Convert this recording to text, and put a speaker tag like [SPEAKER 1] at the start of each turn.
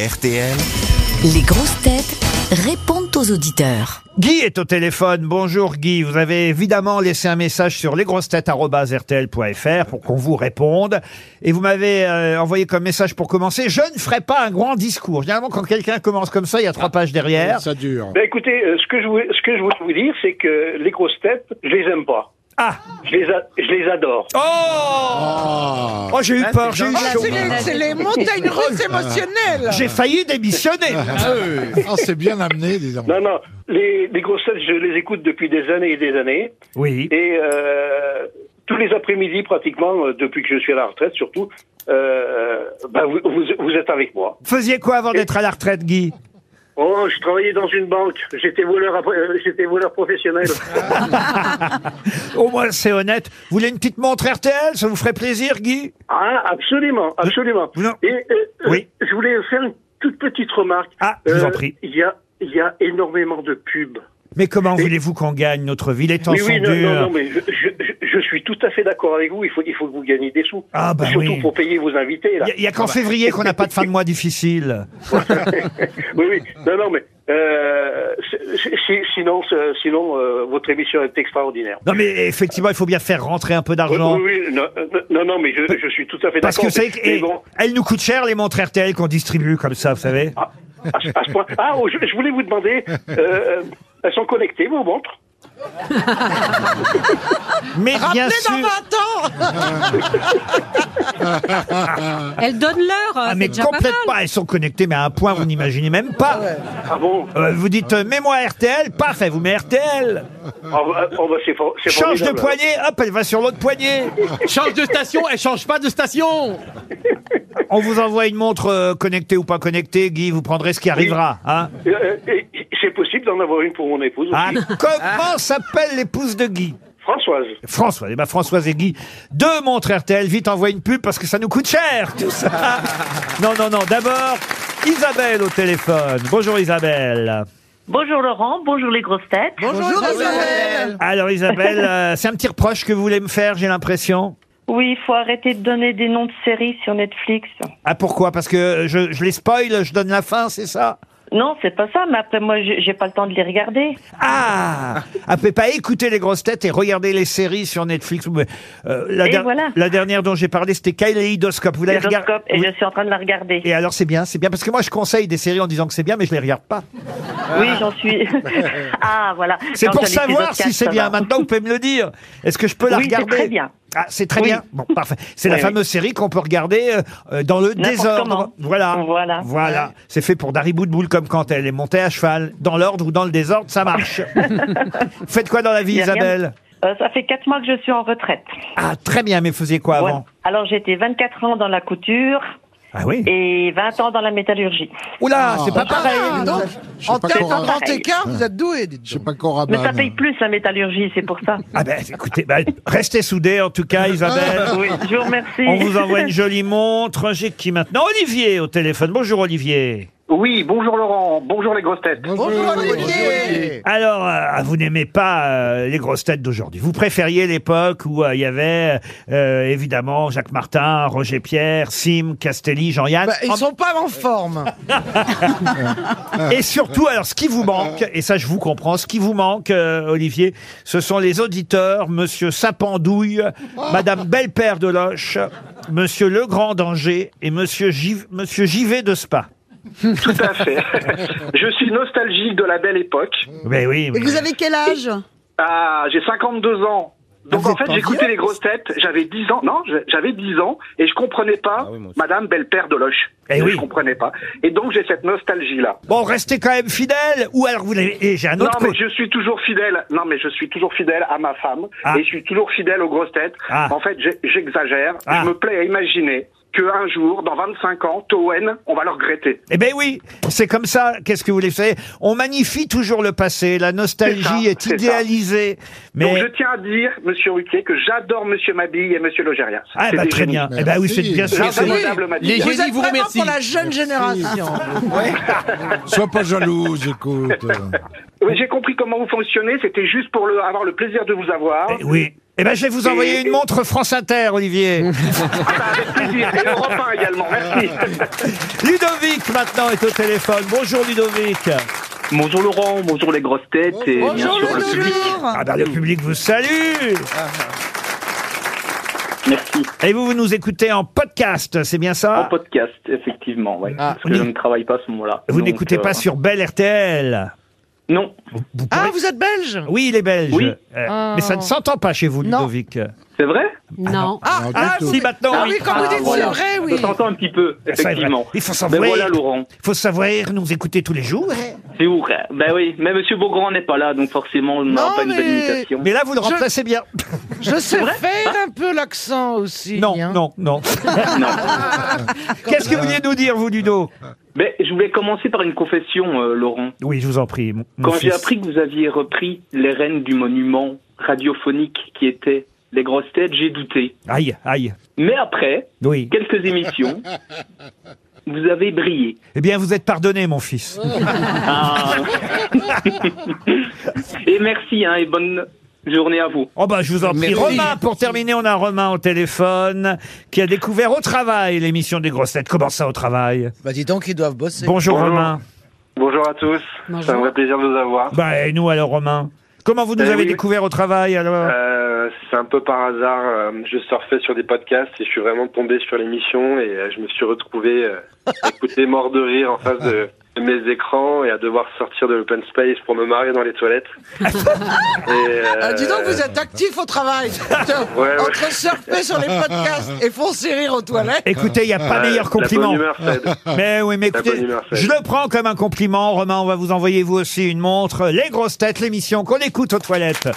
[SPEAKER 1] RTL.
[SPEAKER 2] Les grosses têtes répondent aux auditeurs.
[SPEAKER 3] Guy est au téléphone. Bonjour Guy. Vous avez évidemment laissé un message sur lesgrossetêtes.rtl.fr pour qu'on vous réponde. Et vous m'avez euh, envoyé comme message pour commencer Je ne ferai pas un grand discours. Généralement, quand quelqu'un commence comme ça, il y a trois pages derrière.
[SPEAKER 4] Ça dure.
[SPEAKER 5] Ben écoutez, euh, ce que je voulais, ce que je voulais vous dire, c'est que les grosses têtes, je les aime pas.
[SPEAKER 3] Ah
[SPEAKER 5] Je les, a- je les adore.
[SPEAKER 3] Oh
[SPEAKER 4] Ah.
[SPEAKER 3] Oh, j'ai eu peur, j'ai eu
[SPEAKER 6] Ah,
[SPEAKER 3] chaud.
[SPEAKER 6] c'est les, c'est les montagnes russes émotionnelles.
[SPEAKER 3] J'ai failli démissionner.
[SPEAKER 4] Ah, c'est bien amené, dis donc.
[SPEAKER 5] Non, non, les, les grosses têtes, je les écoute depuis des années et des années.
[SPEAKER 3] Oui.
[SPEAKER 5] Et euh, tous les après-midi, pratiquement, euh, depuis que je suis à la retraite, surtout, euh, ben vous, vous, vous êtes avec moi.
[SPEAKER 3] Faisiez quoi avant d'être à la retraite, Guy
[SPEAKER 5] Oh, je travaillais dans une banque. J'étais voleur, après- euh, j'étais voleur professionnel.
[SPEAKER 3] Au moins, c'est honnête. Vous voulez une petite montre RTL Ça vous ferait plaisir, Guy
[SPEAKER 5] Ah, absolument, absolument.
[SPEAKER 3] Non.
[SPEAKER 5] Et euh,
[SPEAKER 3] Oui.
[SPEAKER 5] euh, je voulais faire une toute petite remarque. Euh,
[SPEAKER 3] Ah, je vous en prie.
[SPEAKER 5] Il y a, il y a énormément de pubs.
[SPEAKER 3] Mais comment voulez-vous qu'on gagne notre vie Les temps
[SPEAKER 5] Oui,
[SPEAKER 3] sont
[SPEAKER 5] oui, non,
[SPEAKER 3] durs.
[SPEAKER 5] non, non, mais je, je- je suis tout à fait d'accord avec vous. Il faut, il faut que vous gagniez des sous.
[SPEAKER 3] Ah, bah
[SPEAKER 5] Surtout
[SPEAKER 3] oui.
[SPEAKER 5] pour payer vos invités, là.
[SPEAKER 3] Il n'y a, qu'en février qu'on n'a pas de fin de mois difficile.
[SPEAKER 5] oui, oui. Non, non, mais euh, c'est- c'est- c'est- sinon, c'est- sinon euh, votre émission est extraordinaire.
[SPEAKER 3] Non mais effectivement, il faut bien faire rentrer un peu d'argent.
[SPEAKER 5] Oui, oui, oui, non, euh, non, non, mais je, je suis tout à fait
[SPEAKER 3] Parce
[SPEAKER 5] d'accord.
[SPEAKER 3] que vous savez
[SPEAKER 5] mais
[SPEAKER 3] qu'elles
[SPEAKER 5] bon,
[SPEAKER 3] nous coûtent cher les montres RTL qu'on distribue comme ça, vous savez.
[SPEAKER 5] à, à ce- à ce point. Ah, oh, je, je voulais vous demander, euh, elles sont connectées, vos montres
[SPEAKER 3] Mais bien
[SPEAKER 6] Rappelez dans
[SPEAKER 3] sûr,
[SPEAKER 6] 20 ans
[SPEAKER 7] Elle donne l'heure, euh,
[SPEAKER 3] ah,
[SPEAKER 7] c'est
[SPEAKER 3] mais
[SPEAKER 7] déjà pas mal.
[SPEAKER 3] complètement, elles sont connectées, mais à un point vous n'imaginez même pas.
[SPEAKER 5] Ah bon
[SPEAKER 3] Euh, vous dites euh, mets-moi RTL, paf, elle vous met RTL.
[SPEAKER 5] Ah, bah, oh, bah, c'est for- c'est
[SPEAKER 3] Change de
[SPEAKER 5] formidable.
[SPEAKER 3] poignet, hop, elle va sur l'autre poignet.
[SPEAKER 8] Change de station, elle change pas de station
[SPEAKER 3] On vous envoie une montre euh, connectée ou pas connectée, Guy, vous prendrez ce qui arrivera. Hein
[SPEAKER 5] Euh, euh, c'est possible d'en avoir une pour mon épouse aussi.
[SPEAKER 3] ah, comment s'appelle l'épouse de Guy
[SPEAKER 5] Françoise.
[SPEAKER 3] François, eh ben Françoise et Guy, deux montres RTL, vite envoie une pub parce que ça nous coûte cher tout ça. non, non, non, d'abord Isabelle au téléphone. Bonjour Isabelle.
[SPEAKER 9] Bonjour Laurent, bonjour les grosses têtes.
[SPEAKER 6] Bonjour Isabelle
[SPEAKER 3] Alors Isabelle, euh, c'est un petit reproche que vous voulez me faire, j'ai l'impression.
[SPEAKER 9] Oui, il faut arrêter de donner des noms de séries sur Netflix.
[SPEAKER 3] Ah pourquoi Parce que je, je les spoil, je donne la fin, c'est ça
[SPEAKER 9] Non, c'est pas ça, mais après moi, j'ai j'ai pas le temps de les regarder.
[SPEAKER 3] Ah Ah, peut pas écouter les grosses têtes et regarder les séries sur Netflix. Mais, euh, la,
[SPEAKER 9] Et voilà.
[SPEAKER 3] la dernière dont j'ai parlé, c'était Kaléidoscope. Vous l'avez regardé
[SPEAKER 9] Pédoscope, et je suis en train de la regarder.
[SPEAKER 3] Et alors c'est bien, c'est bien parce que moi je conseille des séries en disant que c'est bien, mais je les regarde pas.
[SPEAKER 9] Oui, j'en suis. ah, voilà.
[SPEAKER 3] C'est
[SPEAKER 9] Non,
[SPEAKER 3] pour
[SPEAKER 9] je l'ai fait
[SPEAKER 3] savoir
[SPEAKER 9] d'Oscar,
[SPEAKER 3] si c'est
[SPEAKER 9] ça
[SPEAKER 3] bien.
[SPEAKER 9] va.
[SPEAKER 3] Maintenant, vous pouvez me le dire. Est-ce que je peux la
[SPEAKER 9] Oui, c'est
[SPEAKER 3] regarder
[SPEAKER 9] très bien.
[SPEAKER 3] Ah, c'est très
[SPEAKER 9] Oui.
[SPEAKER 3] bien. Bon, parfait. C'est la
[SPEAKER 9] Oui,
[SPEAKER 3] fameuse série qu'on peut regarder euh, euh, dans le
[SPEAKER 9] N'importe
[SPEAKER 3] désordre.
[SPEAKER 9] comment.
[SPEAKER 3] Voilà.
[SPEAKER 9] Voilà.
[SPEAKER 3] Voilà. C'est fait pour Dari Boudboul comme quand elle est montée à cheval. Dans l'ordre ou dans le désordre, ça marche. Vous Faites quoi dans la vie,
[SPEAKER 9] Il y a rien de-
[SPEAKER 3] Isabelle
[SPEAKER 9] Euh, ça fait quatre mois que je suis en retraite.
[SPEAKER 3] Ah, très bien. Mais vous faisiez quoi
[SPEAKER 9] Voilà.
[SPEAKER 3] avant
[SPEAKER 9] Alors, j'étais 24 ans dans la couture
[SPEAKER 3] Ah oui.
[SPEAKER 9] et 20 ans dans la métallurgie.
[SPEAKER 3] Oula, c'est pas
[SPEAKER 4] Ah,
[SPEAKER 3] pareil.
[SPEAKER 6] Ah, donc,
[SPEAKER 4] Je sais
[SPEAKER 6] en
[SPEAKER 4] pas
[SPEAKER 6] termes
[SPEAKER 4] comment-
[SPEAKER 6] de grand écart, vous êtes doué, dites
[SPEAKER 4] Je sais
[SPEAKER 6] donc.
[SPEAKER 4] pas qu'on
[SPEAKER 9] Mais ça
[SPEAKER 4] rabâche.
[SPEAKER 9] paye plus la métallurgie, c'est pour ça.
[SPEAKER 3] Ah ben, écoutez, ben, restez soudés en tout cas, Isabelle.
[SPEAKER 9] Oui, je vous remercie.
[SPEAKER 3] On vous envoie une jolie montre. J'ai qui maintenant Olivier au téléphone. Bonjour Olivier.
[SPEAKER 5] Oui, bonjour Laurent, bonjour les grosses têtes.
[SPEAKER 6] Bonjour Olivier
[SPEAKER 3] Alors, euh, vous n'aimez pas euh, les grosses têtes d'aujourd'hui. Vous préfériez l'époque où euh, il y avait euh, évidemment Jacques Martin, Roger Pierre, Sim, Castelli, Jean-Yann.
[SPEAKER 6] Bah, Ils
[SPEAKER 3] En-
[SPEAKER 6] sont pas en forme
[SPEAKER 3] Et surtout, alors, ce qui vous manque, et ça je vous comprends, ce qui vous manque, euh, Olivier, ce sont les auditeurs, Monsieur Sapandouille,
[SPEAKER 6] Oh.
[SPEAKER 3] Madame Bellepère de Loche, Monsieur Legrand d'Angers et Monsieur, Giv- Monsieur Givet de Spa.
[SPEAKER 5] Tout à fait. Je suis nostalgique de la belle époque.
[SPEAKER 3] Mais Ben oui. mais-
[SPEAKER 10] Vous avez quel âge
[SPEAKER 5] Ah, j'ai 52 ans.
[SPEAKER 3] Ah,
[SPEAKER 5] Donc
[SPEAKER 4] Vous
[SPEAKER 5] en
[SPEAKER 4] êtes
[SPEAKER 5] fait,
[SPEAKER 4] pas
[SPEAKER 5] j'écoutais
[SPEAKER 4] vieux.
[SPEAKER 5] les grosses têtes, j'avais 10 ans, non, je- j'avais 10 ans et je comprenais pas
[SPEAKER 3] Ah
[SPEAKER 5] madame Belle-Père de Loche.
[SPEAKER 3] Eh
[SPEAKER 5] je
[SPEAKER 3] oui.
[SPEAKER 5] comprenais pas. Et donc j'ai cette nostalgie là.
[SPEAKER 3] Bon, restez quand même fidèles. Ou alors vous l'avez. Et j'ai un
[SPEAKER 5] Non
[SPEAKER 3] autre.
[SPEAKER 5] mais
[SPEAKER 3] coup.
[SPEAKER 5] je suis toujours fidèle. Non mais je suis toujours fidèle à ma femme
[SPEAKER 3] Ah.
[SPEAKER 5] et je suis toujours fidèle aux grosses têtes.
[SPEAKER 3] Ah.
[SPEAKER 5] En fait, j'ai- j'exagère,
[SPEAKER 3] Ah.
[SPEAKER 5] je me plais à imaginer que un jour dans 25 ans, Toen, on va le regretter.
[SPEAKER 3] Eh ben oui, c'est comme ça. Qu'est-ce que vous voulez faire On magnifie toujours le passé. La nostalgie
[SPEAKER 5] C'est ça,
[SPEAKER 3] est,
[SPEAKER 5] c'est ça.
[SPEAKER 3] idéalisée.
[SPEAKER 5] Donc
[SPEAKER 3] Mais
[SPEAKER 5] je tiens à dire monsieur Ruquier que j'adore monsieur Mabille et monsieur Logérias.
[SPEAKER 3] ah
[SPEAKER 5] C'est
[SPEAKER 3] bah,
[SPEAKER 5] des
[SPEAKER 3] très
[SPEAKER 5] génies.
[SPEAKER 3] bien. Eh
[SPEAKER 4] Merci.
[SPEAKER 3] ben oui, c'est bien sûr.
[SPEAKER 6] Merci.
[SPEAKER 3] c'est-
[SPEAKER 5] Formidable, Mabille.
[SPEAKER 8] Les
[SPEAKER 6] Vous
[SPEAKER 8] génies
[SPEAKER 6] êtes
[SPEAKER 8] vous
[SPEAKER 6] vraiment
[SPEAKER 8] remercient.
[SPEAKER 6] pour la jeune génération
[SPEAKER 4] Sois pas jalouse, écoute.
[SPEAKER 5] Oui, j'ai compris comment vous fonctionnez. C'était juste pour le, avoir le plaisir de vous avoir.
[SPEAKER 3] Eh Oui. Eh ben, je vais vous
[SPEAKER 5] Et-
[SPEAKER 3] envoyer une montre France Inter, Olivier.
[SPEAKER 5] Ah bah, avec plaisir. Et Europe 1 également. Merci.
[SPEAKER 3] Ludovic, maintenant, est au téléphone. Bonjour, Ludovic.
[SPEAKER 1] Bonjour Laurent, bonjour les grosses têtes et bien
[SPEAKER 6] Bonjour
[SPEAKER 1] sûr le public.
[SPEAKER 6] le
[SPEAKER 3] Ah ben, le public vous salue.
[SPEAKER 1] Merci.
[SPEAKER 3] Et vous, vous nous écoutez en podcast, c'est bien
[SPEAKER 1] En
[SPEAKER 3] ça
[SPEAKER 1] podcast, effectivement, ouais.
[SPEAKER 8] Ah,
[SPEAKER 1] parce que
[SPEAKER 3] oui.
[SPEAKER 1] je ne travaille pas à ce moment-là.
[SPEAKER 3] Vous
[SPEAKER 1] Donc,
[SPEAKER 3] n'écoutez pas
[SPEAKER 1] euh,
[SPEAKER 3] sur Belle RTL
[SPEAKER 1] Non,
[SPEAKER 3] Vous
[SPEAKER 6] Ah,
[SPEAKER 3] pourrez-
[SPEAKER 6] vous êtes belge
[SPEAKER 3] Oui, les Belges.
[SPEAKER 1] Oui.
[SPEAKER 3] Euh, Mais ça ne s'entend pas chez vous,
[SPEAKER 6] Non.
[SPEAKER 3] Ludovic.
[SPEAKER 1] c'est vrai
[SPEAKER 7] Non.
[SPEAKER 6] Ah,
[SPEAKER 3] Ah,
[SPEAKER 6] ah,
[SPEAKER 3] si, maintenant,
[SPEAKER 6] Ah
[SPEAKER 3] oui.
[SPEAKER 6] oui, quand vous
[SPEAKER 1] Ah,
[SPEAKER 6] dites
[SPEAKER 1] voilà.
[SPEAKER 6] c'est vrai, oui.
[SPEAKER 1] Ça s'entend un petit peu,
[SPEAKER 3] Ça, c'est vrai.
[SPEAKER 1] effectivement.
[SPEAKER 3] Il faut
[SPEAKER 1] Mais
[SPEAKER 3] savoir,
[SPEAKER 1] voilà Laurent,
[SPEAKER 3] faut savoir nous écouter tous les jours.
[SPEAKER 1] c'est ouf. hein. Ben oui, mais Monsieur Beaugrand n'est pas là, donc forcément on n'aura
[SPEAKER 6] Non,
[SPEAKER 1] pas une belle
[SPEAKER 6] mais-
[SPEAKER 1] imitation.
[SPEAKER 3] Mais là, vous le
[SPEAKER 6] Je-
[SPEAKER 3] remplacez bien.
[SPEAKER 6] Je sais faire un peu l'accent aussi.
[SPEAKER 3] Non,
[SPEAKER 6] hein.
[SPEAKER 3] non, non.
[SPEAKER 1] Non.
[SPEAKER 3] Qu'est-ce que vous vouliez nous dire, vous, Ludo
[SPEAKER 1] Mais je voulais commencer par une confession, euh, Laurent.
[SPEAKER 3] Oui, je vous en prie. mon- mon
[SPEAKER 1] Quand j'ai
[SPEAKER 3] fils.
[SPEAKER 1] appris que vous aviez repris les rênes du monument radiophonique qui était les grosses têtes, j'ai douté.
[SPEAKER 3] Aïe, aïe.
[SPEAKER 1] Mais après,
[SPEAKER 3] Oui.
[SPEAKER 1] quelques émissions, vous avez brillé.
[SPEAKER 3] Eh bien, vous êtes pardonné, mon fils.
[SPEAKER 1] Ah. et merci, hein, et bonne journée à vous.
[SPEAKER 3] Oh bah, je vous en prie.
[SPEAKER 4] Merci.
[SPEAKER 3] Romain, pour terminer, on a Romain au téléphone qui a découvert au travail l'émission des grosses têtes. Comment ça, au travail
[SPEAKER 6] Bah dis donc, ils doivent bosser.
[SPEAKER 3] Bonjour,
[SPEAKER 5] Bonjour.
[SPEAKER 3] Romain.
[SPEAKER 5] Bonjour à tous. C'est un
[SPEAKER 7] Bonjour.
[SPEAKER 5] vrai plaisir de vous avoir.
[SPEAKER 3] Bah, et nous alors, Romain Comment vous nous
[SPEAKER 5] Eh
[SPEAKER 3] avez
[SPEAKER 5] oui.
[SPEAKER 3] découvert au travail alors
[SPEAKER 5] Euh, c'est un peu par hasard. euh, je surfais sur des podcasts et je suis vraiment tombé sur l'émission et euh, je me suis retrouvé euh, à écouter mort de rire en face de, de mes écrans et à devoir sortir de l'open space pour me marier dans les toilettes. et, euh,
[SPEAKER 6] Ah, dis donc, vous êtes actif au travail.
[SPEAKER 5] ouais.
[SPEAKER 6] Entre surfer sur les podcasts et foncer rire aux toilettes.
[SPEAKER 3] Écoutez, il n'y a pas
[SPEAKER 5] euh,
[SPEAKER 3] meilleur
[SPEAKER 5] La bonne
[SPEAKER 3] compliment.
[SPEAKER 5] humeur, ça aide.
[SPEAKER 3] Mais oui, mais
[SPEAKER 5] La
[SPEAKER 3] écoutez,
[SPEAKER 5] bonne humeur, ça
[SPEAKER 3] je
[SPEAKER 5] aide.
[SPEAKER 3] le prends comme un compliment, Romain. On va vous envoyer vous aussi une montre. Les grosses têtes, l'émission qu'on écoute aux toilettes.